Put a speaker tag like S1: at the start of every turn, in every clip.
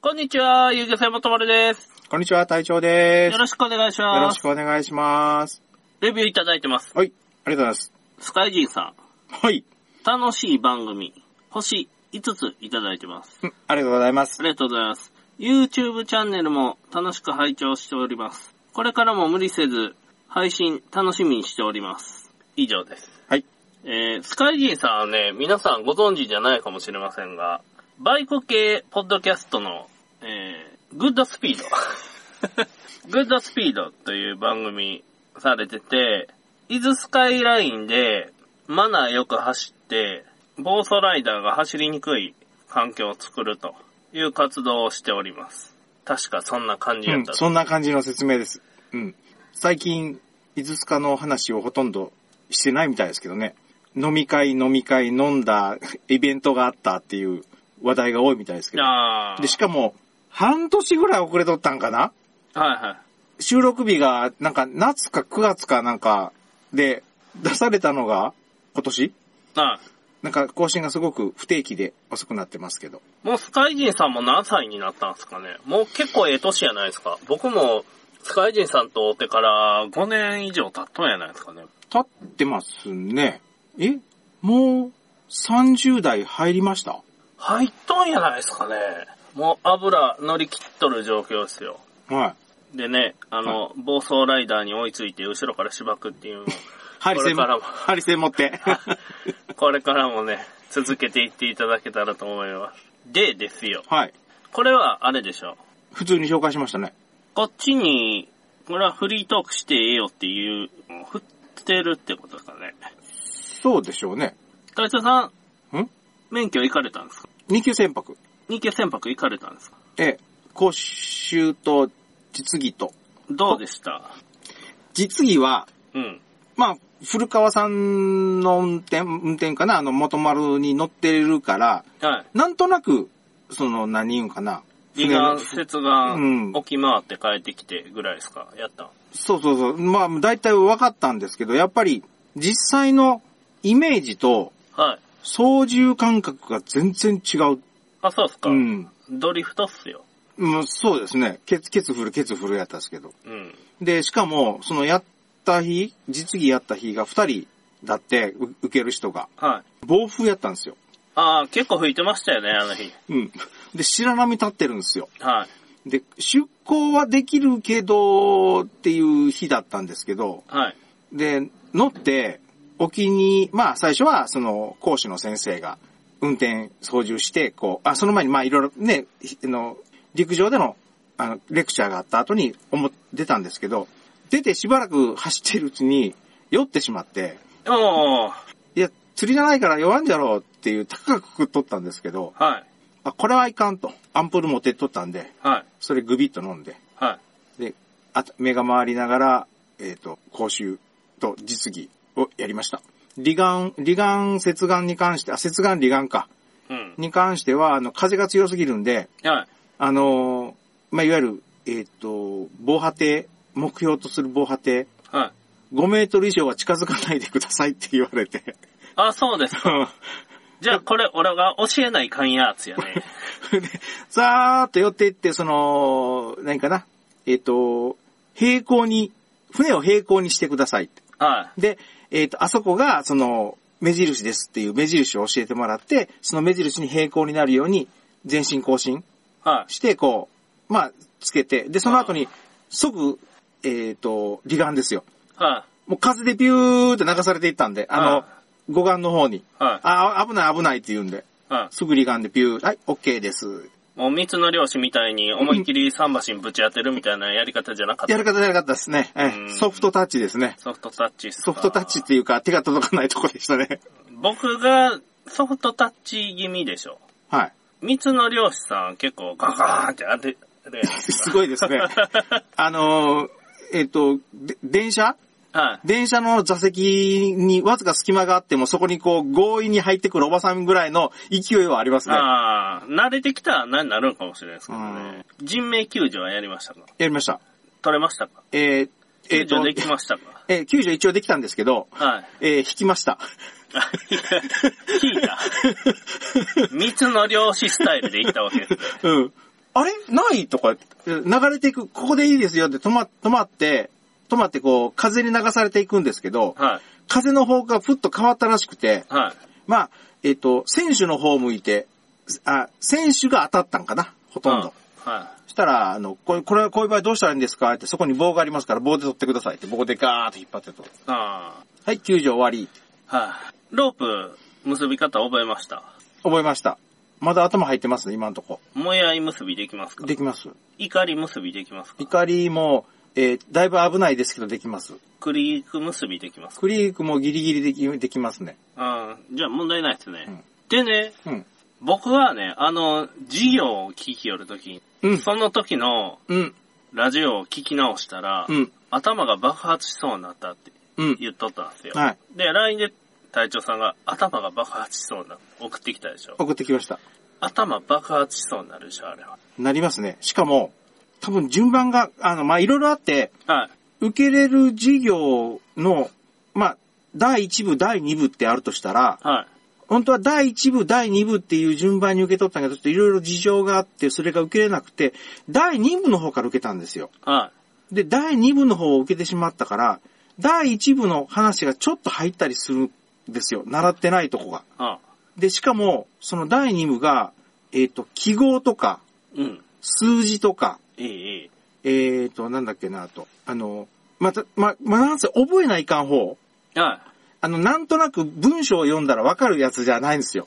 S1: こんにちは、遊漁船元丸です。
S2: こんにちは、隊長です。
S1: よろしくお願いし
S2: よろ
S1: ま
S2: し
S1: す。
S2: くお願いします。
S1: レビューいただいてます。
S2: はい、ありがとうございます。
S1: スカイジンさ
S2: はい、
S1: ん、楽しい番組、星5ついただいてます。
S2: うんありがとうございま
S1: あ
S2: す。
S1: りがとうございます。YouTube チャンネルも楽しく拝聴しております。これからも無理せず、配信楽しみにしております。以上です。
S2: はい、
S1: えー、スカイジンさんはね、皆さんご存知じゃないかもしれませんが、バイク系ポッドキャストの、えー、グッドスピー ド。グッドスピードという番組されてて、伊豆スカイラインでマナーよく走って、暴走ライダーが走りにくい環境を作るという活動をしております。確かそんな感じ
S2: う
S1: やっ
S2: ん
S1: た。、
S2: そんな感じの説明です。うん。最近、伊豆スカの話をほとんどしてないみたいですけどね。飲み会、飲み会、飲んだ、イベントがあったっていう話題が多いみたいですけど。
S1: あー
S2: で、しかも、半年ぐらい遅れとったんかな
S1: はいはい。
S2: 収録日が、なんか、夏か9月かなんか、で、出されたのが、今年
S1: あ
S2: なんか更新がすごく不定期で遅くなってますけど。
S1: もうスカイジンさんも何歳になったんですかねもう結構ええ年やないですか僕もスカイジンさんと会ってから5年以上経ったんやないですかね
S2: 経ってますね。えもう30代入りました
S1: 入ったんやないですかねもう油乗り切っとる状況ですよ。
S2: はい。
S1: でね、あの、暴走ライダーに追いついて後ろからしばくっていうのを
S2: ハリセン、
S1: これからも
S2: ハリセン 持って。
S1: これからもね、続けていっていただけたらと思います。でですよ。
S2: はい。
S1: これはあれでしょ
S2: 普通に紹介しましたね。
S1: こっちに、これはフリートークしてええよっていう、振ってるってことですかね。
S2: そうでしょうね。
S1: 隊長さん。
S2: ん
S1: 免許行かれたんですか
S2: 2級船舶。
S1: 日系船舶行かれたんですか
S2: え、講習と実技と。
S1: どうでした
S2: 実技は、
S1: うん。
S2: まあ、古川さんの運転、運転かなあの、元丸に乗ってるから、
S1: はい。
S2: なんとなく、その、何言うんかな
S1: 離岸、接
S2: うん
S1: 岸、沖回って帰ってきてぐらいですかやったん
S2: そうそうそう。まあ、大体分かったんですけど、やっぱり、実際のイメージと
S1: はい。
S2: 操縦感覚が全然違う。
S1: あ、そうですか、
S2: うん。
S1: ドリフトっすよ。
S2: うんそうですね。ケツ、ケツ振る、ケツ振るやったんですけど。
S1: うん。
S2: で、しかも、そのやった日、実技やった日が二人だって、う受ける人が。
S1: はい。
S2: 暴風やったんですよ。
S1: ああ、結構吹いてましたよね、あの日。
S2: うん。で、白波立ってるんですよ。
S1: はい。
S2: で、出航はできるけど、っていう日だったんですけど、
S1: はい。
S2: で、乗って、沖に、まあ最初はその講師の先生が運転操縦して、こう、あ、その前にまあいろいろね、ひあの、陸上での、あの、レクチャーがあった後に思、出たんですけど、出てしばらく走ってるうちに酔ってしまって、
S1: おー。
S2: いや、釣りじゃないから酔わんじゃろうっていう高くくっとったんですけど、
S1: はい。
S2: あ、これはいかんと。アンプル持ってっとったんで、
S1: はい。
S2: それグビッと飲んで、
S1: はい。
S2: で、あと、目が回りながら、えっ、と、講習と実技をやりました。離岸、離岸、接岸に関して、あ、接岸離岸か。
S1: うん。
S2: に関しては、あの、風が強すぎるんで、
S1: はい。
S2: あのーまあ、いわゆる、えっ、と、防波堤、目標とする防波堤、
S1: はい。
S2: 5メートル以上は近づかないでくださいって言われて。
S1: あ、そうです。じゃあ、これ、俺が教えないかんやつやね。
S2: で、ザーっと寄っていって、その、何かな、えっ、と、平行に、船を平行にしてくださいって。
S1: は
S2: で、えっ、と、あそこが、その、目印ですっていう目印を教えてもらって、その目印に平行になるように、前進後進
S1: い。はい。
S2: して、こう、まあ、つけて、で、その後に、即、えっ、と、離岸ですよ。
S1: は
S2: もう風でピューって流されていったんで、あの
S1: は、
S2: 護岸の方に。
S1: い。は
S2: あ、危ない危ないって言うんで、
S1: い。はい。
S2: すぐ離岸でピュー、はい、オッケーです。
S1: もう三つの漁師みたい に思いっきり桟橋にぶち当てるみたいなやり方じゃなかった。
S2: やり方じゃなかったですね。ええ
S1: うん
S2: ソフトタッチですね。
S1: ソフトタッチっすか
S2: ソフトタッチっていうか、手が届かないとこでしたね。
S1: 僕がソフトタッチ気味でしょ。
S2: はい。
S1: 三つの漁師さん結構ガガーンって当てるやん。
S2: すごいですね。あのーえっ、と、で電車
S1: はい。
S2: 電車の座席にわずか隙間があっても、そこにこう、強引に入ってくるおばさんぐらいの勢いはありますね。や
S1: ああ、慣れてきたら何になるんかもしれないですけどね。人命救助はやりましたか
S2: りました。
S1: 取れましたか
S2: えー
S1: 救
S2: えっ、と
S1: 助、できましたか、
S2: えー救助一応できたんですけど、
S1: はい。
S2: えー引きました。
S1: あいや聞いた。三つの漁師スタイルで行ったわけですね。
S2: うん。あれないとか、流れていく、ここでいいですよって止ま、止まって、止まってこう、風に流されていくんですけど、
S1: はい。
S2: 風の方がふっと変わったらしくて、
S1: はい。
S2: まあ、えっ、と、選手の方向いて、あ、選手が当たったんかなほとんど。
S1: うん。は
S2: そしたら、あの、これ、これはこういう場合どうしたらいいんですかって、そこに棒がありますから棒で取ってくださいって、棒でガーッと引っ張ってと。
S1: い。あ
S2: はい、救助終わり。
S1: あ。はい。ロープ、結び方覚えました。
S2: 覚えました。まだ頭入ってますね、今のとこ。
S1: もやい結びできますか
S2: できます。
S1: 怒り結びできますか
S2: 怒りも、えーだいぶ危ないですけどできます。
S1: クリーク結びできますか
S2: クリークもギリギリでき、できますね。
S1: ああ、じゃあ問題ないですね。
S2: うん
S1: でね、
S2: うん。
S1: 僕はね、あの、授業を聞きよるとき、
S2: うん。
S1: その時の
S2: うん。
S1: ラジオを聞き直したら、
S2: うん。
S1: 頭が爆発しそうになったって
S2: うん。
S1: 言っとったんですよ。
S2: はい。
S1: で、LINE で隊長さんが頭が爆発しそうな、送ってきたでしょ。
S2: 送ってきました。
S1: 頭爆発しそうになるでしょ、あれは。
S2: なりますね。しかも、多分順番が、あの、まあ、いろいろあって、
S1: はい。
S2: 受けれる事業の、まあ、第1部、第2部ってあるとしたら、
S1: はい。
S2: 本当は第1部、第2部っていう順番に受け取ったんだけど、ちょっといろいろ事情があって、それが受けれなくて、第2部の方から受けたんですよ。
S1: は
S2: で、第2部の方を受けてしまったから、第1部の話がちょっと入ったりするんですよ。習ってないとこが。
S1: い。は
S2: で、しかも、その第2部が、えっ、と、記号とか、
S1: い。うん。
S2: 数字とか、
S1: いい、いい。
S2: えっ、と、なんだっけな、あと。あの、また、ま、まあ、なんせ覚えないかん方。
S1: は
S2: あの、なんとなく文章を読んだらわかるやつじゃないんですよ。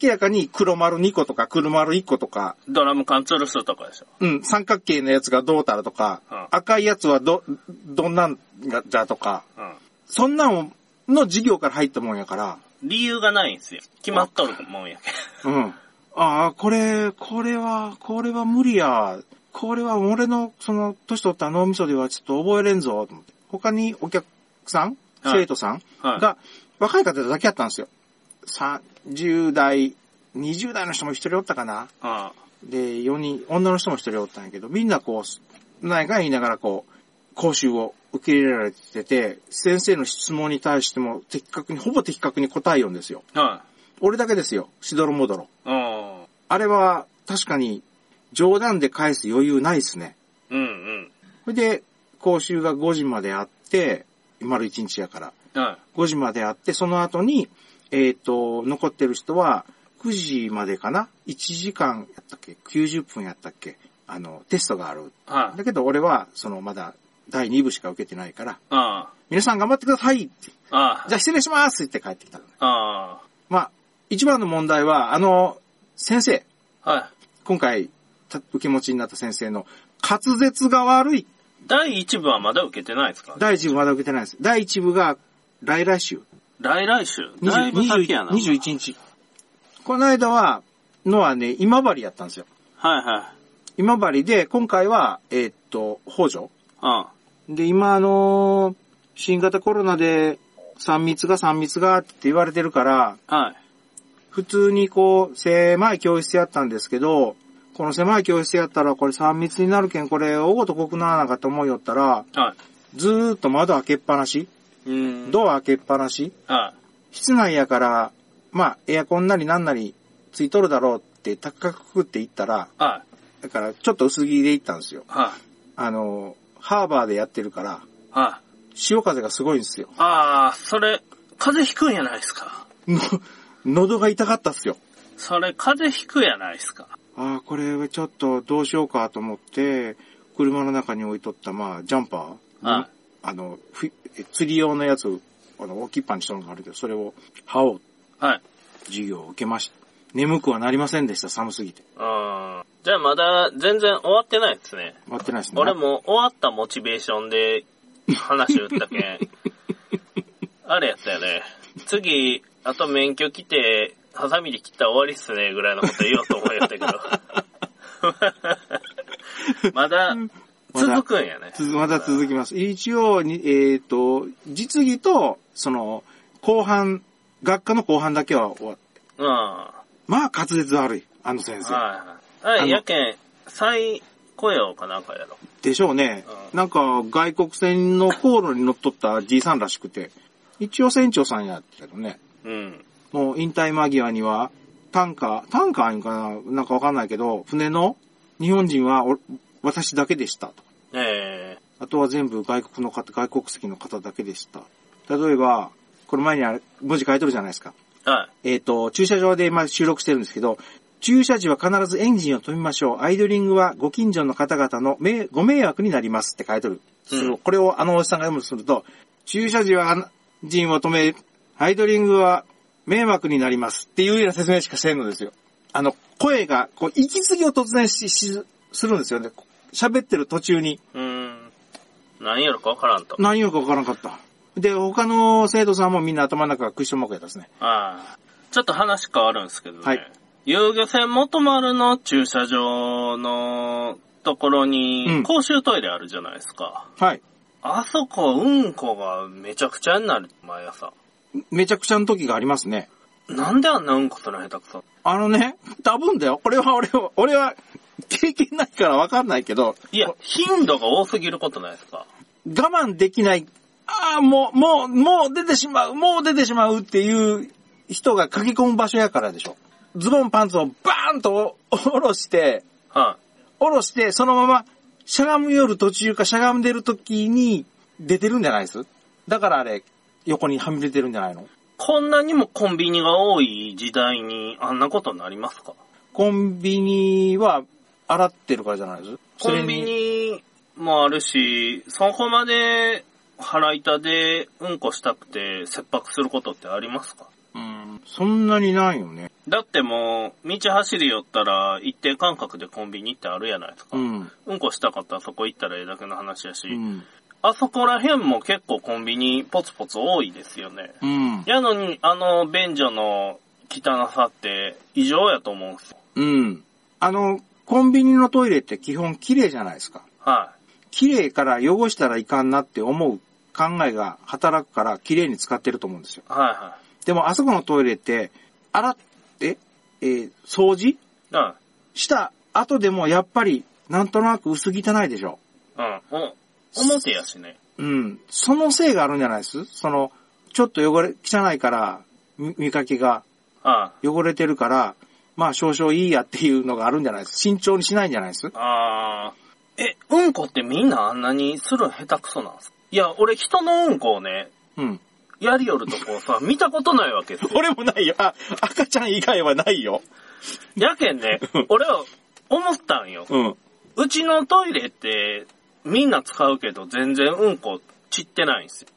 S2: 明らかに黒丸2個とか黒丸1個とか、
S1: い。ドラム缶吊るすとかでしょ。
S2: うん、三角形のやつがどうたらとか、
S1: うん
S2: 赤いやつはど、どんなんがだとか、
S1: うん。
S2: そんなんの授業から入ったもんやから、
S1: 理由がないんですよ。決まっとるもんやけ。
S2: うん。ああ、これ、これは、これは無理や。これは俺の、その、年取った脳みそではちょっと覚えれんぞ、と思って。他にお客さん、
S1: はい
S2: 生徒さん
S1: はい。
S2: が、若い方だけやったんですよ。30代、20代の人も一人おったかな。
S1: あ
S2: で、4人、女の人も一人おったんやけど、みんなこう、何か言いながらこう、講習を受け入れられてて、先生の質問に対しても的確に、ほぼ的確に答えようんですよ。
S1: あ。は
S2: 俺だけですよ。しどろもどろ。
S1: い。うん。
S2: あれは、確かに、冗談で返す余裕ないですね。
S1: うん
S2: それで、講習が5時まであって、丸1日やから。
S1: うん。は
S2: 5時まであって、その後に、えっ、と、残ってる人は、9時までかな ?1 時間やったっけ ?90 分やったっけあの、テストがある。
S1: い。はい。
S2: だけど俺は、その、まだ、第2部しか受けてないから、
S1: あ
S2: 皆さん頑張ってくださいって
S1: あ。あ
S2: じゃあ失礼しますって帰ってきた。
S1: あ。あ
S2: まあ、一番の問題は、あの、先生、
S1: あ。はい。
S2: 今回、た受け持ちになった先生の、滑舌が悪い。
S1: 第1部はまだ受けてないですか
S2: 第1部まだ受けてないです。第1部が、来来週。
S1: 来来週。だいぶ先やな。
S2: 21日。この間は、のはね、今治やったんですよ。
S1: はいはい。
S2: 今治で、今回は、えーっと、北条。
S1: うん。
S2: で、今あのー新型コロナで、3密が3密がって言われてるから、
S1: はい。
S2: 普通にこう、狭い教室やったんですけど、この狭い教室やったら、これ3密になるけん、これ、おごとこくならなかと思いよったら、
S1: は
S2: ずーっと窓開けっぱなし、
S1: い。うん。
S2: ドア開けっぱなし、
S1: は
S2: 室内やから、まあ、エアコンなりなんなりついとるだろうって、高くくって行ったら、
S1: い。はい。
S2: だからちょっと薄着で行ったんですよ。
S1: はい。
S2: あの、ハーバーでやってるから、
S1: はい。
S2: 潮風がすごいんですよ。
S1: ああ、それ、風邪ひくんやないですか。
S2: の、喉が痛かったっすよ。
S1: それ、風邪ひくやないですか。
S2: ああ、これはちょっとどうしようかと思って、車の中に置いとった、まあ、ジャンパー。
S1: はい
S2: あの、ふえ釣り用のやつ、あの、大きいパンにしたのがあるけど、それを、羽織、
S1: はい。
S2: 授業を受けました。眠くはなりませんでした、寒すぎて。
S1: うん。じゃあまだ全然終わってないですね。
S2: 終わってないですね。
S1: 俺も終わったモチベーションで話打 ったけん。あれやったよね。次、あと免許来て、ハサミで切ったら終わりっすね、ぐらいのこと言おうと思いよったけ ど。まだ、続くんやね
S2: つ。まだ続きます。一応に、えっ、と、実技と、その、後半、学科の後半だけは終わっ
S1: うん。は
S2: まあ、滑舌悪い。あの先
S1: い
S2: 生。
S1: はい。は
S2: あの
S1: い、やけん、再雇用かなんかやろ。
S2: でしょうね。
S1: うん
S2: なんか、外国船の航路に乗っとったじいさんらしくて、一応船長さんやったけどね。
S1: うん。
S2: もう引退間際には、タンカー、タンカーいうんかななんかわかんないけど、船の日本人はお私だけでした。
S1: え
S2: あとは全部外国の方、外国籍の方だけでした。例えば、この前にあれ文字書いてるじゃないですか。
S1: ー、はい。
S2: えっ、と、駐車場で今収録してるんですけど、駐車時は必ずエンジンを止めましょう。アイドリングはご近所の方々のめご迷惑になりますって書いてる。
S1: うん
S2: それをこれをあのおじさんが読むとすると、駐車時はあのエンジンを止め、アイドリングは迷惑になりますっていうような説明しかせんのですよ。あの、声が、こう、息継ぎを突然し、し、するんですよね。こう喋ってる途中に。
S1: うーん。何やるかわからんと。
S2: 何よかわからんかった。で、他の生徒さんもみんな頭の中がクッションマークやったんですね。
S1: ああ。ちょっと話変わるんですけどね。
S2: はい
S1: 遊漁船元丸の駐車場のところ
S2: う
S1: に
S2: ん
S1: 公衆トイレあるじゃないですか。
S2: はい。
S1: あそこ、うんこがめちゃくちゃになる、毎朝。
S2: めちゃくちゃの時がありますね。
S1: なんであんなうんこするの下手くそ。
S2: あのね、多分だよ。これは俺は、俺は経験ないからわかんないけど、
S1: いや、頻度が多すぎることないですか。
S2: 我慢できない、ああ、もう、もう、もう出てしまう、もう出てしまうっていう人が書き込む場所やからでしょ。ズボンパンツをバーンと下ろして、
S1: は
S2: 下ろして、そのまましゃがむ夜途中かしゃがんでる時に出てるんじゃないですだからあれ、横にはみ出てるんじゃないの
S1: い。こんなにもコンビニが多い時代にあんなことになりますか
S2: コンビニは洗ってるからじゃないです
S1: コンビニもあるし、そこまで腹板でうんこしたくて切迫することってありますか
S2: うん、そんなにないよね。
S1: だってもう、道走り寄ったら一定間隔でコンビニってあるやないですか。う
S2: う
S1: ん、
S2: ん。
S1: こしたかったらそこ行ったらええだけの話やし、
S2: うん。
S1: あそこら辺も結構コンビニポツポツ多いですよね。
S2: うん。
S1: やのに、あの、便所の汚さって異常やと思うんですよ。
S2: うん。あの、コンビニのトイレって基本綺麗じゃないですか。
S1: は
S2: 綺麗から汚したらいかんなって思う考えが働くから綺麗に使ってると思うんですよ。
S1: い。は
S2: でもあそこのトイレって、洗って、えー掃除
S1: いはい。
S2: した後でもやっぱりなんとなく薄汚いでしょ。
S1: うん。うん。お、表やしね。
S2: うん。そのせいがあるんじゃないですその、ちょっと汚れ、汚いから、み見かけが
S1: はい。
S2: 汚れてるから、まあ少々いいやっていうのがあるんじゃないです慎重にしないんじゃないです
S1: あー。え、うんこってみんなあんなにするん下手くそなんすかいや、俺人のうんこをね、
S2: うん。
S1: やりよるとこさ、見たことないわけですよ。
S2: 俺もないよ。あ、赤ちゃん以外はないよ。
S1: やけんね、俺は思ったんよ。
S2: うん。
S1: うちのトイレってみんな使うけど全然うんこ散ってないんすよ。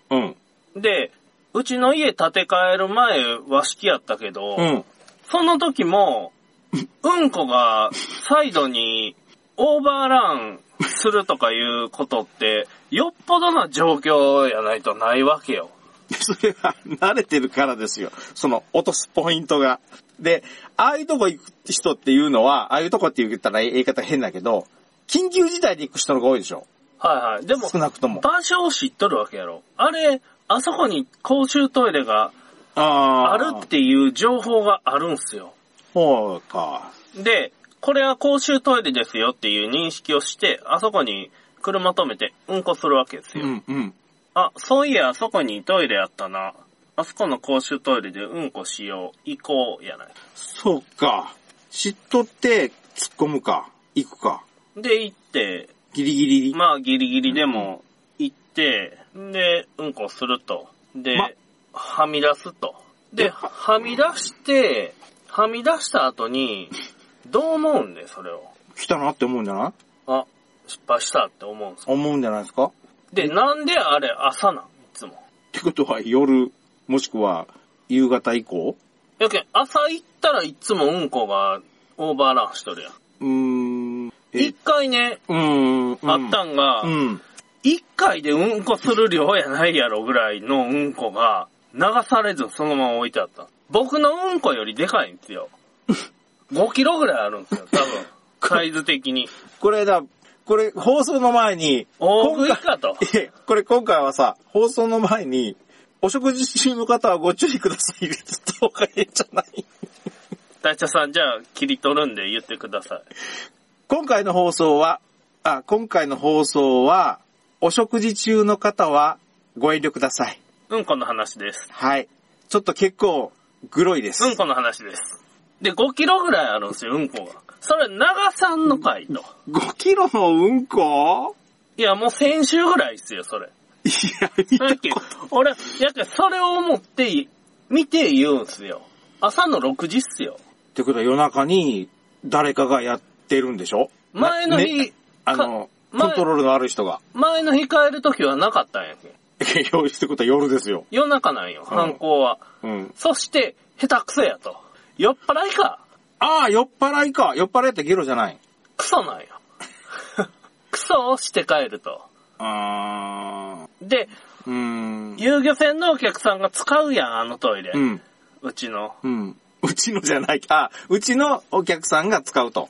S2: うん。
S1: で、うちの家建て替える前和式やったけど、
S2: うん。
S1: その時も、うんこがサイドにオーバーランするとかいうことって、よっぽどな状況やないとないわけよ。
S2: それは慣れてるからですよ。その落とすポイントが。で、ああいうとこ行く人っていうのは、ああいうとこって言ったら言い方変だけど、緊急事態で行く人の方が多いでしょ。
S1: はいはい。でも
S2: 少、なくとも。
S1: 場所を知っとるわけやろ。あれ、あそこに公衆トイレが
S2: あ
S1: あるっていう情報があるんすよ。
S2: そうか。
S1: で、これは公衆トイレですよっていう認識をして、あそこに車止めてうんこするわけです
S2: う
S1: よ。
S2: ん、うん。
S1: あ、そういや、あそこにトイレあったな。あそこの公衆トイレでうんこしよう。行こう、やない。
S2: そうか。知っとって突っ込むか。行くか。
S1: で、行って、
S2: ギリギリ。
S1: まあ、ギリギリでも行って、で、うんこすると。で、
S2: ま
S1: はみ出すと。
S2: え
S1: で、はみ出して、はみ出した後に、どう思うんで、それを。
S2: 来たなって思うんじゃない
S1: あ、失敗したって思うんですよ
S2: 思うんじゃないですかっ
S1: で、なんであれ朝なんいつも。
S2: てことは夜、もしくは夕方以降
S1: やけん、朝行ったらいつもうんこがオーバーランしとるやん。
S2: うーん。え
S1: 一回ね、
S2: うーん。
S1: あったんが、
S2: うん。
S1: 一回でうんこする量やないやろぐらいのうんこが流されずそのまま置いてあった。僕のうんこよりでかいんです よ。5キロぐらいあるんですよ、多分。サイズ的に。
S2: これだ、これ放送の前に、
S1: 大食い
S2: 今
S1: かと。
S2: 回、 いやこれ今回はさ、放送の前に、お食事中の方はご注意ください。言った方がいいんじゃない
S1: 大茶さんじゃあ切り取るんで言ってください。
S2: 今回の放送は、あ、今回の放送は、お食事中の方はご遠慮ください。
S1: うんこの話です。
S2: はい。ちょっと結構、グロいです。
S1: うんこの話です。で、5キロぐらいあるんですよ、うんこが。それ、長さんの回と。
S2: 5キロのうんこ
S1: いや、もう先週ぐらいっすよ、それ。
S2: いや、見
S1: さ
S2: た
S1: っき、俺、やけそれを持って、見て言うんすよ。朝の6時っすよ。
S2: ってことは夜中に誰かがやってるんでしょ
S1: 前の日、
S2: ねあ
S1: か
S2: の、
S1: 前
S2: コントロールのある人が。
S1: 前の日帰る時はなかったんやけ。
S2: 用意してことは夜ですよ。
S1: 夜中なんよ、犯行は。
S2: うん。
S1: そして、下手くそやと。酔っ払いか。
S2: ああ、酔っ払いか。酔っ払いってゲロじゃない。
S1: クソなんよ。 クソをして帰ると。
S2: あ
S1: で、
S2: ー。うーん。
S1: 遊漁船のお客さんが使うやん、あのトイレ。
S2: う。
S1: うんちの。
S2: うん。うちのじゃない。あ、うちのお客さんが使うと。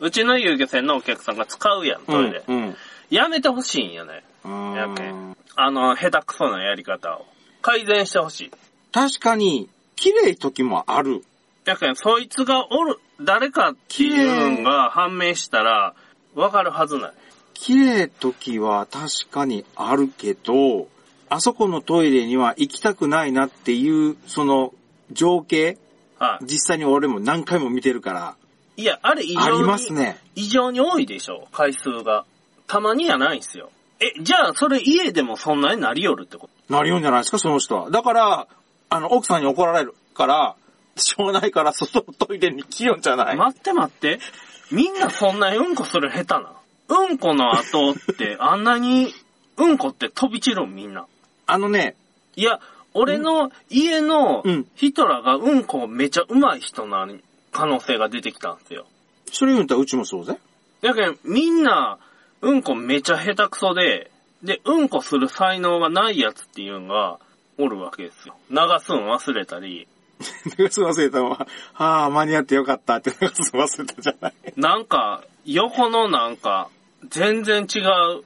S1: うちの遊漁船のお客さんが使うやん、トイレ。
S2: うん。うん
S1: やめてほしいんよね。
S2: うーん
S1: やけんあの、下手くそなやり方を。改善してほしい。
S2: 確かに、綺麗い時もある。
S1: やけん、そいつがおる、誰かっていうのが判明したら、わかるはずない。
S2: 綺麗い時は確かにあるけど、あそこのトイレには行きたくないなっていう、その、情景、
S1: はい。
S2: 実際に俺も何回も見てるから、
S1: いや、あれ異
S2: あ
S1: 常
S2: り
S1: に、
S2: ますね。
S1: 異常に多いでしょ、回数が。たまにやないんすよ。え、じゃあ、それ家でもそんなになりよるってこと
S2: なりようんじゃないですか、その人は。だから、あの、奥さんに怒られるから、しょうがないから、外のトイレに来よんじゃない、
S1: 待って待って。みんなそんなにうんこする下手な。うんこの後ってあんなに、うんこって飛び散るんみんな。
S2: あのね、
S1: いや、俺の家の
S2: うん
S1: ヒトラーがうんこめちゃうまい人な可能性が出てきたんですよ。
S2: それ言うんとうちもそうぜ。
S1: やけん、みんな、うんこめちゃ下手くそで、で、うんこする才能がないやつっていうのが、おるわけですよ。流すん忘れたり、
S2: 流 す忘れたわ。ああ、間に合ってよかったって流す忘れたじゃない。
S1: なんか、横のなんか、全然違 う、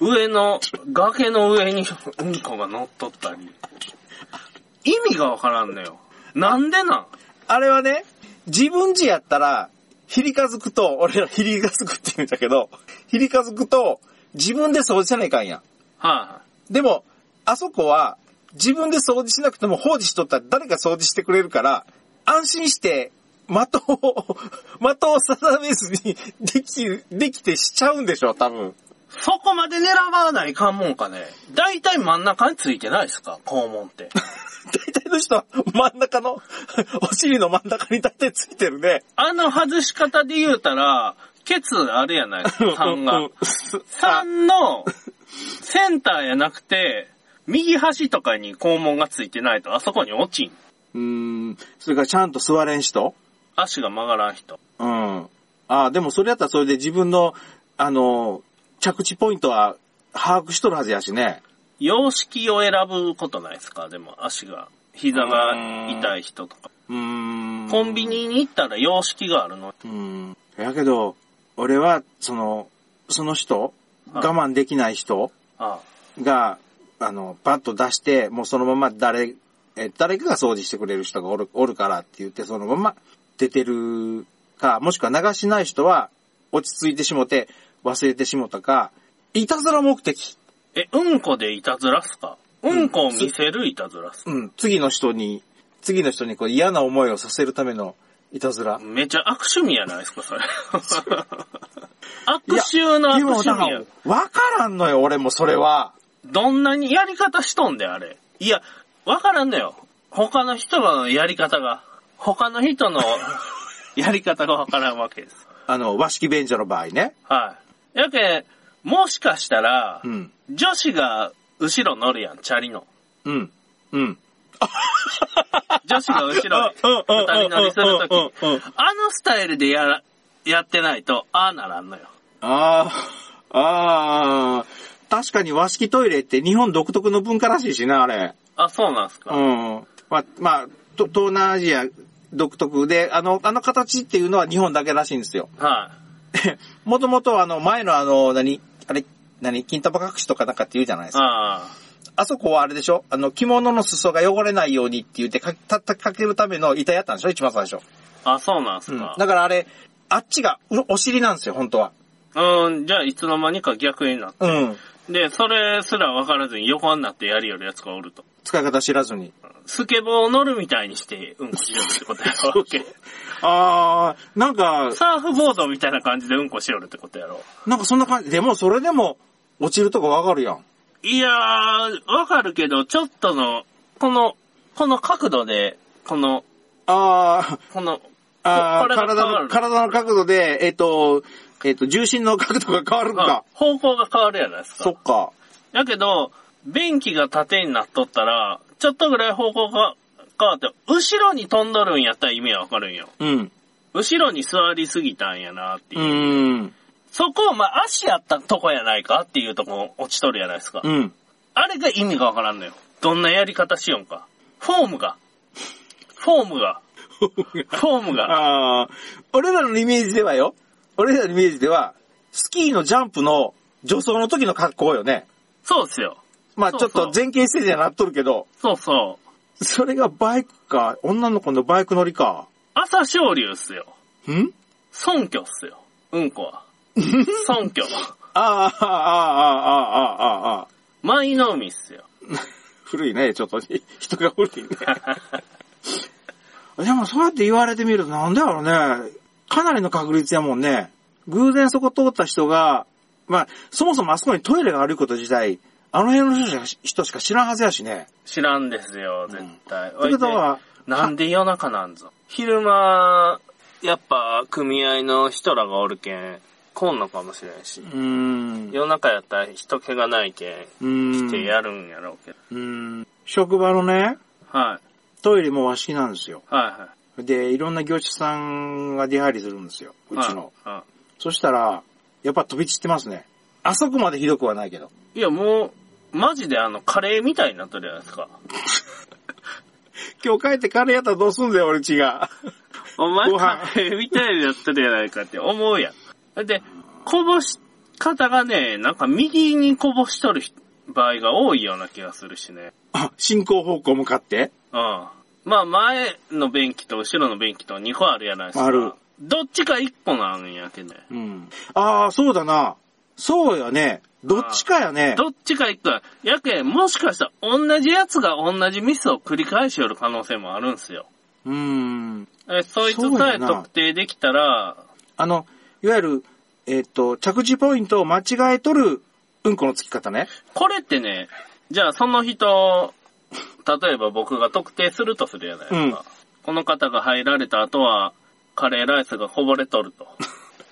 S1: 上の、崖の上にうんこが乗っとったり。意味がわからんのよ。なんでなん
S2: あれはね、自分自やったら、ひりかずくと、俺らひりかずくって言うんだけど、ひりかずくと、自分で掃除せないかんやん。
S1: は
S2: でも、あそこは、自分で掃除しなくても放置しとったら誰が掃除してくれるから、安心して、的を、 的を定めずに、でき、できてしちゃうんでしょ、多分。
S1: い、そこまで狙わないかんもんかね。だいたい真ん中についてないですか肛門って。
S2: 大体の人は真ん中の、お尻の真ん中に大体ついてるね。
S1: あの外し方で言うたら、ケツあるやないですか、3
S2: うんう
S1: が
S2: ん。あ
S1: 3の、センターやなくて、右端とかに肛門がついてないと、あそこに落ちん。
S2: うーん。それからちゃんと座れん人
S1: 足が曲がらん人。
S2: うん。ああ、でもそれやったらそれで自分の、あの、着地ポイントは把握しとるはずやしね。
S1: 様式を選ぶことないですかでも足が、膝が痛い人とか。
S2: うーん。
S1: コンビニに行ったら様式があるの。
S2: うん。やけど、俺は、その、その人、
S1: はい
S2: 我慢できない人
S1: あ
S2: が、あの、バッと出して、もうそのまま誰、え、誰かが掃除してくれる人がおる、おるからって言って、そのまま出てるか、もしくは流しない人は、落ち着いてしもて、忘れてしもたか、いたずら目的。
S1: え、うんこでいたずらっすかうんこを見せるいたずらっすか、
S2: うん、次の人に、次の人にこう嫌な思いをさせるためのいたずら。
S1: めちゃ悪趣味やないですかそれ。悪臭の悪
S2: でも
S1: 趣
S2: だか
S1: 味や
S2: ら。、わからんのよ、俺もそれは。
S1: どんなにやり方しとんで、あれ。いや、わからんのよ。他の人のやり方が。他の人 のやり方がわからんわけです。
S2: あの、和式便所の場合ね。
S1: はい。やけ、もしかしたら、
S2: うん。
S1: 女子が後ろ乗るやん、チャリの。
S2: うん。うん。
S1: 女子が後ろに二人乗りするとき。
S2: うんうんうんうんうん
S1: あのスタイルでやら、やってないと、ああならんのよ。
S2: ああ、ああ、確かに和式トイレって日本独特の文化らしいしな、あれ。
S1: あ、そうなんすか。
S2: うん。まあ、まあ、と東南アジア独特で、あの、あの形っていうのは日本だけらしいんですよ。
S1: は
S2: もともとあの、前のあの、何、あれ、何、金玉隠しとかなんかって言うじゃないで
S1: い。
S2: すか。
S1: あ
S2: あそこはあれでしょあの、着物の裾が汚れないようにって言ってか、たたかけるための板やったんでしょ一番最初。
S1: あ。あ、そうなん
S2: う
S1: す
S2: ん。
S1: か。
S2: だからあれ、あっちがうお尻なんですよ、本当は。
S1: うん、じゃあいつの間にか逆になっ
S2: うん。
S1: で、それすら分からずに横になってやりよるやつがおると。
S2: 使い方知らずに。
S1: スケボー乗るみたいにして、うんこしよるってことやろ。
S2: あー、なんか、
S1: サーフボードみたいな感じでうんこしよるってことやろ。
S2: なんかそんな感じ。でも、それでも、落ちるとこわかるやん。
S1: いやー、わかるけど、ちょっとの、この、この角度で、この、
S2: あー、
S1: この、こ
S2: あー
S1: これが変わ
S2: 体の、
S1: る
S2: 体の角度で、えっ、と、えっ、と、重心の角度が変わるんか。
S1: うん方向が変わるやないですか。
S2: そっか。
S1: だけど、便器が縦になっとったら、ちょっとぐらい方向が変わって、後ろに飛んどるんやったら意味はわかるんよ。
S2: うん。
S1: 後ろに座りすぎたんやなっていうう。
S2: ん。
S1: そこを、まあ、足やったとこやないかっていうとこ落ちとるやないですか。
S2: うん。
S1: あれが意味がわからんのよ。どんなやり方しよんか。フォームが。フォームが。フォームが。
S2: あー、俺らのイメージではよ。俺らのイメージでは、スキーのジャンプの助走の時の格好よね。
S1: そうっすよ。
S2: まあ
S1: そう
S2: ち
S1: そ
S2: ょっ
S1: う
S2: と前傾姿勢にはなっとるけど、
S1: そうそう。
S2: それがバイクか、女の子のバイク乗りか。
S1: 朝昇竜っすよ。
S2: ん
S1: 尊虚っすよ。うんこ は。尊虚。
S2: あーあー、あー、あー、あー、あー、あー。
S1: 舞の海っすよ。
S2: 古いね、 ちょっと。人が古いね。でもそうやって言われてみるとなんだろうね。かなりの確率やもんね。偶然そこ通った人が、まあ、そもそもあそこにトイレがあること自体、あの辺の人しか人しか知らんはずやしね。
S1: 知らんですよ、絶対。
S2: ってことは、
S1: なんで夜中なんぞ。昼間、やっぱ組合の人らがおるけん、来んのかもしれんし
S2: う。ーん。う
S1: 夜中やったら人気がないけん、
S2: ーん
S1: 来てやるんやろうけど。
S2: うーん。職場のね、
S1: はい。
S2: トイレも和式なんですよ。
S1: はいはい。
S2: で、いろんな業者さんが出入りするんですよ。うちの。
S1: はい。は
S2: そしたら、やっぱ飛び散ってますね。あそこまでひどくはないけど。
S1: いいや、もう、マジであの、カレーみたいになっとるじゃないですか。
S2: 今日帰ってカレーやったらどうすんだよ、俺ちが。
S1: お前
S2: ご
S1: カ
S2: 飯
S1: レーみたいになっとるやないかって思うやん。だって、こぼし方がね、なんか右にこぼしとる人場合が多いような気がするしね。
S2: あ進行方向向かって
S1: うん。まあ前の便器と後ろの便器と2個あるやないですか。
S2: ある
S1: どっちか1個なんやけどね。
S2: うん。ああ、そうだな。そうやね。どっちかやね。
S1: どっちか1個や。やけん、もしかしたら同じやつが同じミスを繰り返しよる可能性もあるんすよ。
S2: うーん。
S1: え、そいつ
S2: そう
S1: さ
S2: や
S1: え
S2: な
S1: 特定できたら、
S2: あの、いわゆる、えっ、と、着地ポイントを間違えとるうんこのつき方ね。
S1: これってね、じゃあその人、例えば僕が特定するとするやないですか。この方が入られた後は、カレーライスがこぼれとる と。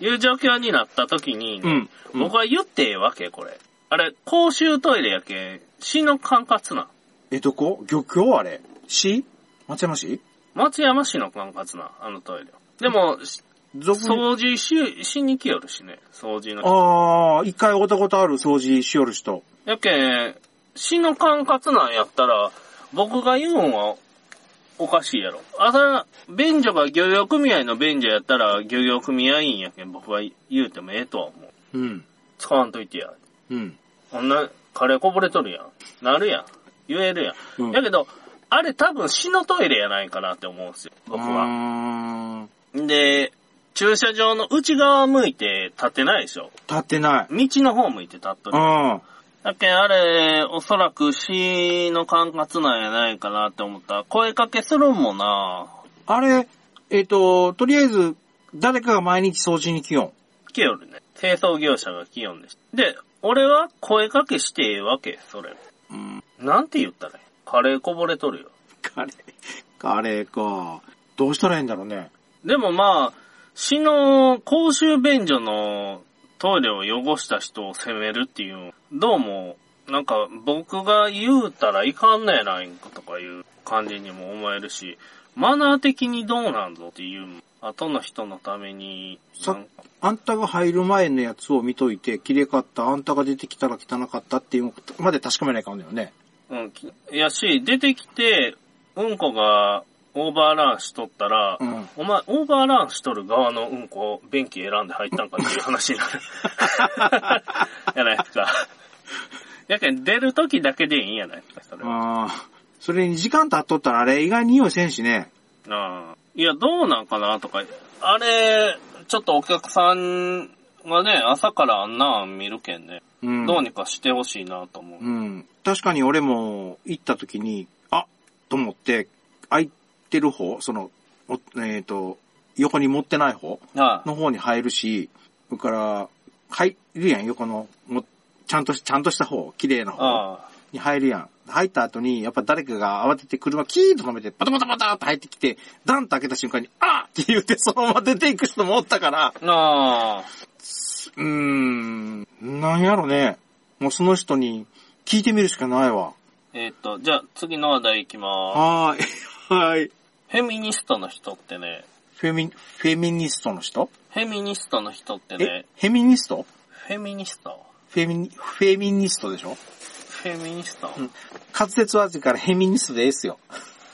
S1: いう状況になった時にね、
S2: うん
S1: 僕は言ってええわけ、これ。あれ、公衆トイレやけん、市の管轄なん。
S2: え、どこ漁協あれ市松山市
S1: 松山市の管轄なん、あのトイレ。でも、し
S2: 俗に
S1: 掃除し、しに来よるしね、掃除の人。
S2: ああ、一回会ったことある掃除しよる人。
S1: やけん、死の管轄なんやったら、僕が言うんはおかしいやろ。あさ、便所が漁業組合の便所やったら漁業組合員やけん僕は言うてもええとは思う。
S2: うん。
S1: 使わんといてや。
S2: うん。
S1: こんなカレーこぼれとるやん。なるやん。言えるやん。
S2: うん
S1: やけど、あれ多分死のトイレやないかなって思うんですよ、僕は。
S2: は。
S1: で、駐車場の内側向いて立ってないでしょ。
S2: 立ってない。
S1: 道の方向いて立っとる
S2: う。ん。
S1: だけんあれ、おそらく市の管轄なんやないかなって思ったら、声かけするんもな
S2: あれ、えっ、と、とりあえず、誰かが毎日掃除に来よん。
S1: 来よるね。清掃業者が来よんでしで、俺は声かけしてええわけ、それ。
S2: うん。
S1: なんて言ったらいいカレーこぼれとるよ。
S2: カレー。カレーか。どうしたらいいんだろうね。
S1: でもまあ、市の公衆便所のトイレを汚した人を責めるっていう、どうも、なんか僕が言うたらいかんのやないんかとかいう感じにも思えるし、マナー的にどうなんぞっていう、後の人のために、
S2: さ
S1: なんか
S2: あんたが入る前のやつを見といて、綺麗かった、あんたが出てきたら汚かったっていうことまで確かめないかんだよね。
S1: うん、きいやし、出てきて、うんこがオーバーランしとったら、
S2: うん
S1: お前、オーバーランしとる側のうんこ、便器選んで入ったんかっていう話になる。 やないですか。やけん、出る時だけでいいんやないですか、それは。
S2: ああ。それに時間経っとったらあれ意外に匂いせんしね。
S1: ああいや、どうなんかなとか、あれ、ちょっとお客さんまあね、朝からあんなん見るけんね、
S2: うん。
S1: どうにかしてほしいなと思う。
S2: うん。確かに俺も行った時に、あと思って、空いてる方、その、おえっ、と、横に持ってない方
S1: はい、
S2: の方に入るし、それから、入るやん、横の、もちゃんとし、ちゃんとした方、綺麗な方
S1: あ
S2: に入るやん。入った後に、やっぱ誰かが慌てて車キーンと止めて、バタバタバタって入ってきて、ダンと開けた瞬間に、あって言ってそのまま出ていく人もおったから、
S1: あ。なあ。
S2: うーん、なんやろね。もうその人に聞いてみるしかないわ。
S1: えっ、と、じゃあ次の話題いきま
S2: はーい。はい。
S1: す。フェミニストの人ってね、
S2: フェミ、フェミニストの人
S1: フェミニストの人って
S2: え
S1: ね、
S2: フェミニスト
S1: フェミニスト
S2: フェミニ、フェミニストでしょ
S1: フェミニスト、
S2: ん滑舌はずからフェミニストでエすよ。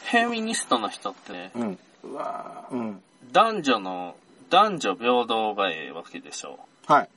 S1: フェミニストの人ってね、
S2: うん。うわーうん。
S1: 男女の、男女平等がええわけでしょ
S2: はい。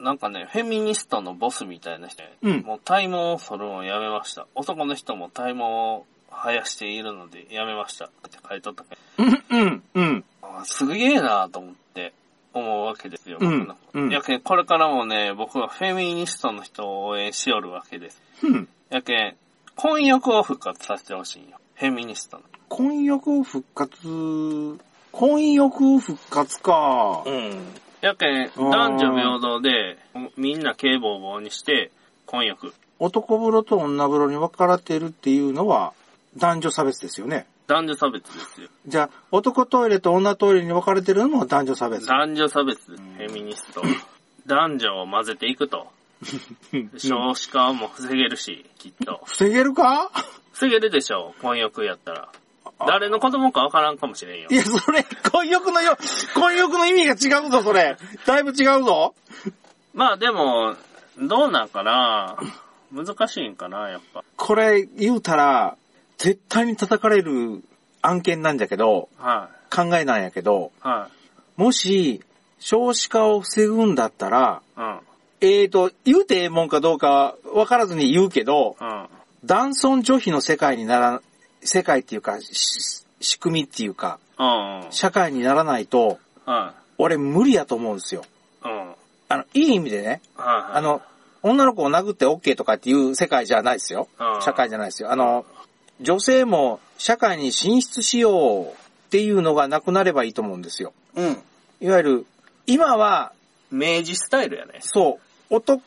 S1: なんかね、フェミニストのボスみたいな人、
S2: うん
S1: もう体毛を剃るのをやめました。男の人も体毛を生やしているのでやめました。って書いとったけど
S2: うん、うん、うん。
S1: あーすげえなと思って思うわけですよ、
S2: うん
S1: 僕の
S2: うん
S1: やけん、これからもね、僕はフェミニストの人を応援しよるわけです。
S2: うん。
S1: やけん、婚約を復活させてほしいんよ。フェミニストの。
S2: 婚約を復活、婚約復活か。
S1: うん。やけん、
S2: ー
S1: 男女平等で、みんな警棒棒にして、婚約。
S2: 男風呂と女風呂に分かられてるっていうのは男女差別ですよね。
S1: 男女差別ですよ。
S2: じゃあ、男トイレと女トイレに分かれてるのも男女差別。
S1: 男女差別です。フェミニスト。男女を混ぜていくと。
S2: うん
S1: 少子化も防げるし、きっと。
S2: 防げるか
S1: 防げるでしょう、婚約やったら。誰の子供かわからんかもしれんよ
S2: い。や、それ、婚欲のよ、婚欲の意味が違うぞ、それ。だいぶ違うぞ。
S1: まあでも、どうなんかな難しいんかな、やっぱ。
S2: これ言うたら、絶対に叩かれる案件なんじゃけど、
S1: は
S2: 考えなんやけど、
S1: い。は
S2: もし、少子化を防ぐんだったら、
S1: い。うん。
S2: えーと、言うてええもんかどうかわからずに言うけど、
S1: うん。
S2: 男尊女卑の世界になら、世界っていうか、し仕組みっていうか、
S1: うん。うん。
S2: 社会にならないと、
S1: は
S2: 俺無理やと思うんですよ。
S1: い。うん。はい。
S2: あの、いい意味でね、
S1: あ
S2: あ、の、女の子を殴って OK とかっていう世界じゃないですよ
S1: あ。ー
S2: 社会じゃないですよ。あの、女性も社会に進出しようっていうのがなくなればいいと思うんですよ。
S1: うん。
S2: いわゆる、今は、
S1: 明治スタイルやね。
S2: そう、男、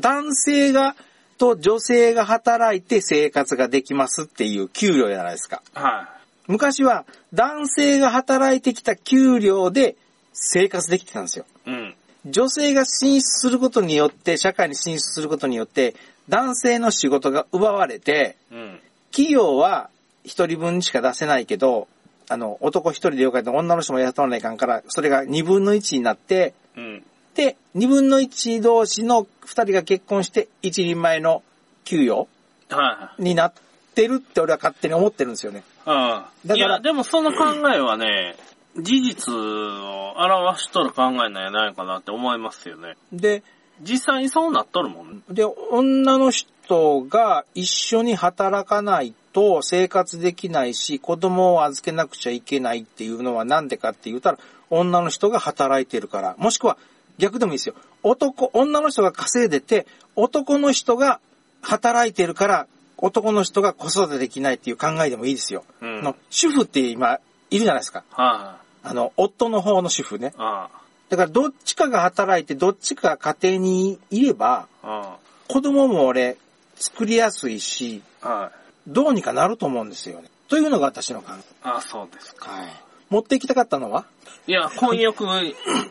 S2: 男性が、と女性が働いて生活ができますっていう給料じゃないですか。
S1: は
S2: 昔は男性が働いてきた給料で生活できてたんですよ。
S1: い。うん。
S2: 女性が進出することによって、社会に進出することによって、男性の仕事が奪われて、
S1: うん。
S2: 企業は一人分しか出せないけど、あの、男一人でよかった女の人も雇わないかんから、それが二分の一になって、
S1: うん。
S2: で、二分の一同士の二人が結婚して、一人前の給与
S1: はい。
S2: になってるって俺は勝手に思ってるんですよね。
S1: うん。
S2: だ
S1: い
S2: から
S1: や、でもその考えはね、事実を表しとる考えなんやないかなって思いますよね。
S2: で、
S1: 実際にそうなっとるもんね。
S2: で、女の人が一緒に働かないと生活できないし、子供を預けなくちゃいけないっていうのはなんでかって言ったら、女の人が働いてるから。もしくは、逆でもいいですよ。男、女の人が稼いでて、男の人が働いてるから、男の人が子育てできないっていう考えでもいいですよ。
S1: うん。
S2: あ
S1: はい、
S2: の主婦って今、いるじゃないですか。
S1: あ。
S2: あの、夫の方の主婦ね。
S1: あ
S2: だから、どっちかが働いて、どっちかが家庭にいれば、
S1: あ。
S2: 子供も俺、作りやすいし、
S1: はい。
S2: どうにかなると思うんですよね。というのが私の考え。
S1: ああ、そうですか。
S2: はい。持っていきたかったのはい
S1: や、婚 約、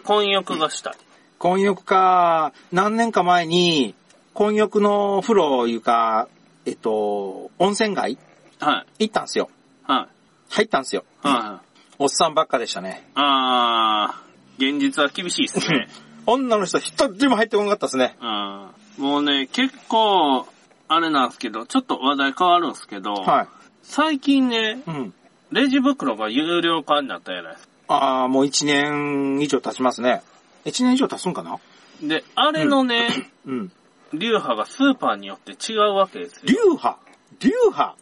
S1: 婚約がしたい。
S2: 婚浴か、何年か前に、婚浴の風呂いうか、えっと、温泉街
S1: はい。
S2: 行ったんすよ。
S1: はい。
S2: 入ったんすよ。
S1: はい。
S2: おっさんばっかでしたね。
S1: あー、現実は厳しいですね。
S2: 女の人一人も入ってこなかったですね。
S1: うん。もうね、結構、あれなんですけど、ちょっと話題変わるんですけど、
S2: は
S1: 最近ね、
S2: い。うん。
S1: レジ袋が有料化になったやないですか。
S2: ああ、もう一年以上経ちますね。一年以上経つんかな
S1: で、あれのね、
S2: うん。
S1: 流派がスーパーによって違うわけです
S2: 流
S1: よ。
S2: 派流派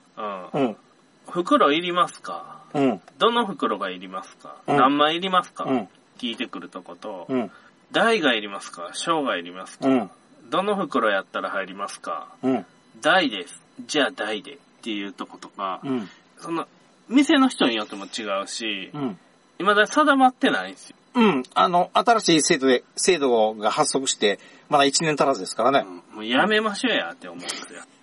S1: うん。
S2: うん。
S1: 袋いりますか
S2: うん。
S1: どの袋がいりますか、
S2: うん
S1: 何枚いりますか、
S2: うん
S1: 聞いてくるとこと、
S2: うん。
S1: 大がいりますか小がいりますか
S2: うん。
S1: どの袋やったら入りますか
S2: うん。
S1: 大です。じゃあ大でっていうとことか、
S2: うん。
S1: その、店の人によっても違うし、
S2: うん。
S1: 未だ定まってないんですよ。
S2: うん。あの、新しい制度で、制度が発足して、まだ1年足らずですからね。
S1: もうやめましょうやって思うんですよ。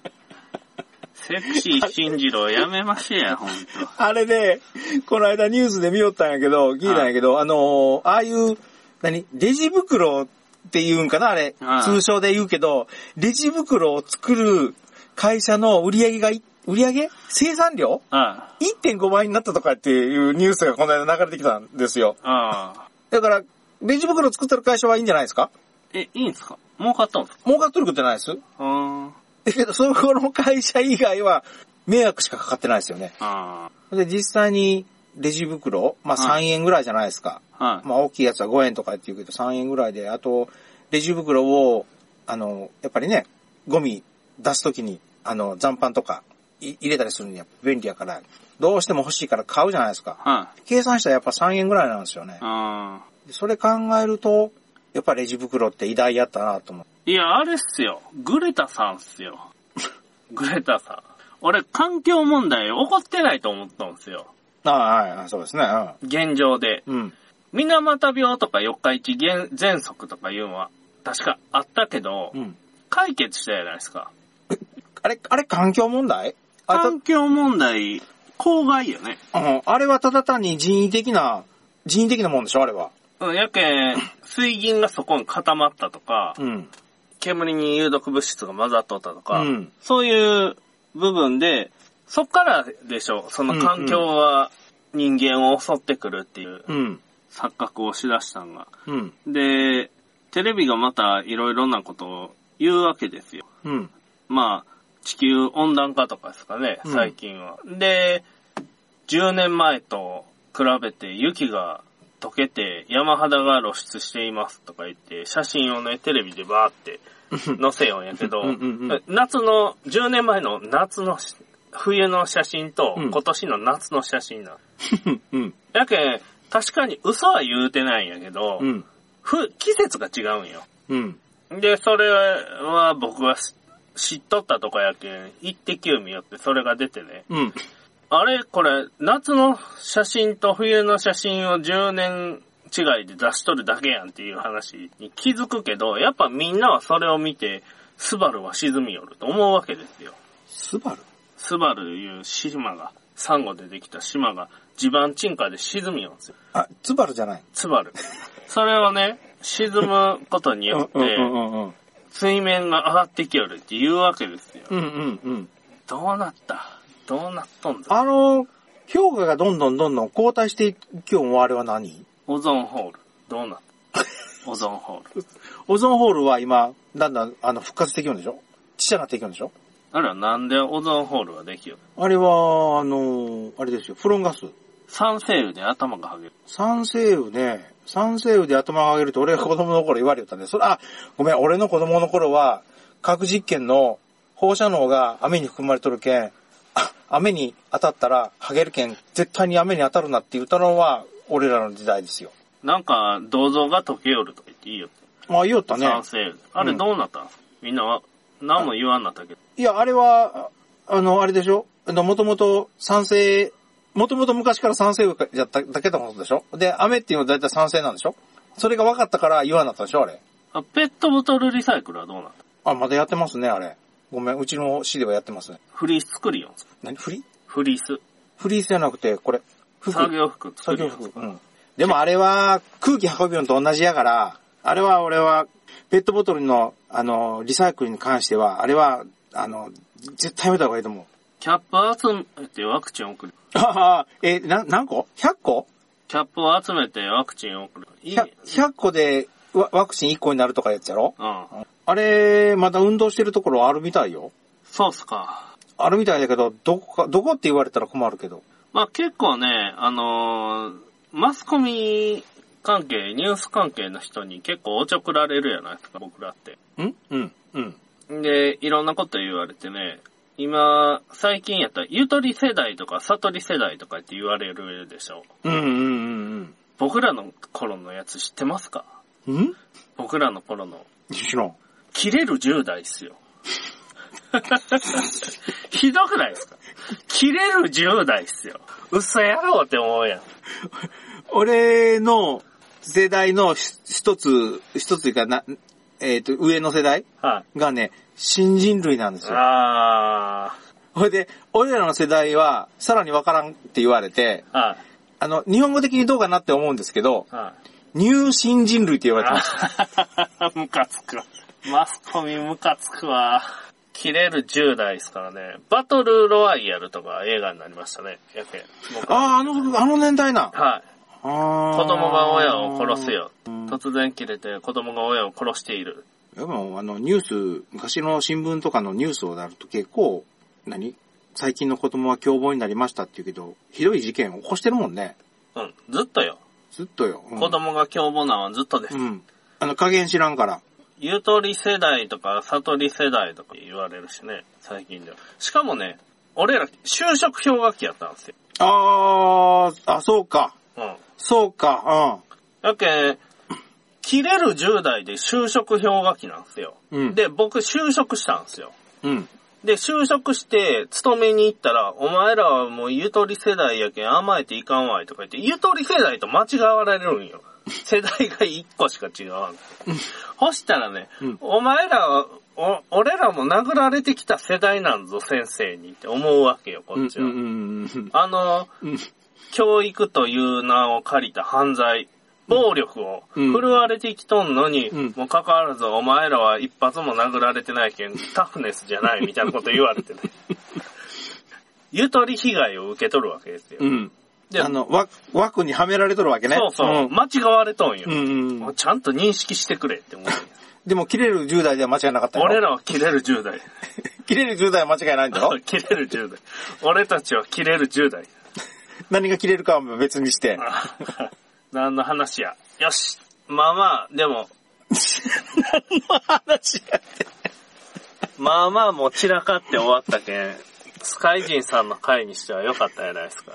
S1: セクシー新次郎やめましょうや、ほんと。
S2: あれで、この間ニュースで見よったんやけど、聞いたんやけど、あのーああいう、何レジ袋って言うんかなあれ、
S1: はい
S2: 通称で言うけど、レジ袋を作る会社の売り上げがい、売り上げ生産量
S1: あ
S2: ?1.5 倍になったとかっていうニュースがこの間流れてきたんですよ。
S1: あ、ああ。
S2: だから、レジ袋作ってる会社はいいんじゃないですか
S1: え、いいんですか儲かったんですか
S2: 儲かっとることじゃないです。
S1: あー
S2: だけど、そこの会社以外は迷惑しかかかってないですよね。
S1: あ
S2: で、実際にレジ袋、まあ
S1: は
S2: 3円ぐらいじゃないですか。
S1: あ、はい。
S2: まあ大きいやつは5円とかって言うけど3円ぐらいで、あと、レジ袋を、あの、やっぱりね、ゴミ出すときに、あの、残飯とかい入れたりするには便利やから、どうしても欲しいから買うじゃないですか。
S1: はい。
S2: 計算したらやっぱ3円ぐらいなんですよね。
S1: ああ。
S2: それ考えると、やっぱレジ袋って偉大やったなと思う。
S1: いや、あれっすよ。グレタさんっす よ。グレタさん。俺、環境問題怒ってないと思ったんですよ。
S2: ああ、はいはい、そうですね。
S1: 現状で。
S2: うん。うん。
S1: 水俣病とか四日市原喘息とかいうのは、確かあったけど、
S2: うん。
S1: 解決したじゃないですか。
S2: あれ、あれ環境問題あた
S1: 環境問題、公害よね。
S2: うんあれはただ単に人為的な、人為的なもんでしょ、あれは。
S1: うん、やけん、水銀がそこに固まったとか、
S2: うん。
S1: 煙に有毒物質が混ざっとったとか、
S2: うん
S1: そういう部分で、そっからでしょ、その環境は人間を襲ってくるっていう
S2: うん。
S1: 錯覚をしだしたんが。
S2: うん。
S1: で、テレビがまたいろいろなことを言うわけですよ。
S2: うん。
S1: まあ、地球温暖化とかですかね、
S2: うん
S1: 最近は。で、10年前と比べて雪が溶けて山肌が露出していますとか言って、写真をね、テレビでバー って載せようんやけど、
S2: うんうんうん
S1: 夏の、10年前の夏のし、冬の写真と
S2: うん
S1: 今年の夏の写真な。
S2: うん。
S1: やけん、確かに嘘は言うてないんやけど、
S2: うん。
S1: ふ季節が違うんよ。
S2: うん。
S1: で、それは僕はし知っとったとかやけん、イッテ Q 見よってそれが出てね。
S2: うん。
S1: あれこれ、夏の写真と冬の写真を10年違いで出しとるだけやんっていう話に気づくけど、やっぱみんなはそれを見て、スバルは沈みよると思うわけですよ。
S2: スバル
S1: スバルいう島が、サンゴでできた島が地盤沈下で沈みよるんですよ。
S2: あ、ツバルじゃない。
S1: スバル。それをね、沈むことによって、
S2: うんうん。
S1: 水面が上がってきよるっていうわけですよ。
S2: うんうんうん。
S1: どうなったどうなっとんだ
S2: あの、氷河がどんどんどんどん後退していく今日もあれは何
S1: オゾンホール。どうなった オゾンホール。
S2: オゾンホールは今、だんだんあの復活できるんでしょちっちゃくなっていくんでしょ
S1: あれはなんでオゾンホールはできよる
S2: あれは、あの、あれですよ、フロンガス。
S1: 酸性雨で頭がはげる。
S2: 酸性雨ね、酸性雨で頭を上げると俺が子供の頃言われよったんで、それ、あ、ごめん、俺の子供の頃は、核実験の放射能が雨に含まれとるけん、あ雨に当たったら、ハゲるけん、絶対に雨に当たるなって言ったのは、俺らの時代ですよ。
S1: なんか、銅像が溶けよるとか言っていいよって。
S2: まあ、言おったね。
S1: 酸性雨で。あれどうなった、ん、みんなは、何も言わんなったけど。
S2: いや、あれは、あの、あれでしょあの、もともと酸性、もともと昔から酸性雨じゃっただけのことでしょで、雨っていうのは大体酸性なんでしょそれが分かったから言わなかったでしょあれ。
S1: あペットボトルリサイクルはどうなった
S2: あ、まだやってますね、あれ。ごめん、うちの市ではやってますね。
S1: フリース作りよんす。
S2: 何フリ
S1: フリース。
S2: フリースじゃなくて、これ。服
S1: 作業服作
S2: 作
S1: り
S2: 業
S1: よん
S2: 服。
S1: す。
S2: うん。でもあれは、空気運ぶのと同じやから、あれは俺は、ペットボトルの、あの、リサイクルに関しては、あれは、あの、絶対やめた方がいいと思う。
S1: キャップ集めてワクチン送る。
S2: ああ、え、な、何個 ?100 個
S1: キャップを集めてワクチンを送る。いい。
S2: 100, 100個でワワクチン1個になるとかやつやろ
S1: うん。
S2: あれ、まだ運動してるところあるみたいよ。
S1: そうっすか。
S2: あるみたいだけど、どこか、どこって言われたら困るけど。
S1: まあ結構ね、あのーマスコミ関係、ニュース関係の人に結構おちょくられるやないですか、僕らって。
S2: んうん。うん。
S1: で、いろんなこと言われてね、今、最近やったら、ゆとり世代とか、悟り世代とかって言われるでしょ。
S2: うんうんうんうん。
S1: 僕らの頃のやつ知ってますか
S2: ん
S1: 僕らの頃の、
S2: 知らん。
S1: 切れる10代っすよ。 ひどくないですか切れる10代っすよ。嘘やろうって思うやん。
S2: 俺の世代のひ一つ、一つというかな、えっ、と、上の世代
S1: はい。
S2: がね、新人類なんですよ。
S1: あ
S2: ほいで、俺らの世代は、さらにわからんって言われて、
S1: ー。はい。
S2: あの、日本語的にどうかなって思うんですけど、
S1: はい。
S2: ニュー新人類って言われてました。
S1: あ ムカつく。マスコミムカつくわ。切れる10代ですからね。バトルロワイヤルとか映画になりましたね。やけん。僕は
S2: ああ、あの、あの年代な。
S1: はい。
S2: 子
S1: 子
S2: 供
S1: 供が親を殺す。よ。突然切れて子供が親を殺している。
S2: でも、あの、ニュース、昔の新聞とかのニュースをなると結構、何最近の子供は凶暴になりましたって言うけど、ひどい事件を起こしてるもんね。
S1: うん。ずっとよ。
S2: ずっとよ。うん
S1: 子供が凶暴なんはずっとです。
S2: うん。あの、加減知らんから。
S1: ゆとり世代とか悟り世代とか言われるしね。最近では。しかもね、俺ら就職氷河期やったんですよ。
S2: あー、あ、そうか。
S1: うん。
S2: そうか、
S1: だけ切れる10代で就職氷河期なんですよ。
S2: うん
S1: で、僕就職したんですよ。
S2: うん。うん。
S1: で、就職して、勤めに行ったら、お前らはもうゆとり世代やけん甘えていかんわいとか言って、ゆとり世代と間違われるん よ。世代が1個しか違わん。ほしたらね、
S2: うん
S1: お前らは、お、俺らも殴られてきた世代なんぞ、先生にって思うわけよ、こ
S2: うん
S1: っちは。
S2: うんうんうん
S1: あの、
S2: うん。
S1: 教育という名を借りた犯罪、暴力を
S2: うん
S1: 振るわれてきとんのに、
S2: うん
S1: もう関わらずお前らは一発も殴られてない けん、タフネスじゃないみたいなこと言われてね。ゆとり被害を受け取るわけですよ。
S2: うん。
S1: で
S2: あの、枠枠にはめられとるわけね。
S1: そうそう、間違われとんよ。
S2: うん。うんう。
S1: もうんちゃんと認識してくれって思うよ。
S2: でも、切れる10代では間違いなかったよ。
S1: 俺らは切れる10代。。
S2: 切れる10代は間違いないんだよ
S1: 切れる10代。俺たちは切れる10代。
S2: 何が切れるかは別にして。
S1: 何の話や。よし。まあまあ、でも、
S2: 何の話が
S1: まあまあもう散らかって終わったけん、スカイジンさんの回にしては良かったじゃないですか。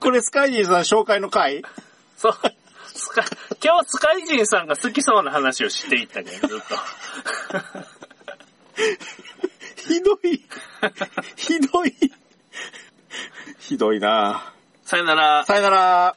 S2: これスカイジーさん紹介の回
S1: そう。スカイ今日スカイジンさんが好きそうな話をしていったけん、ずっと。
S2: ひどい。ひどい。ひどいな
S1: さよなら。
S2: さよなら。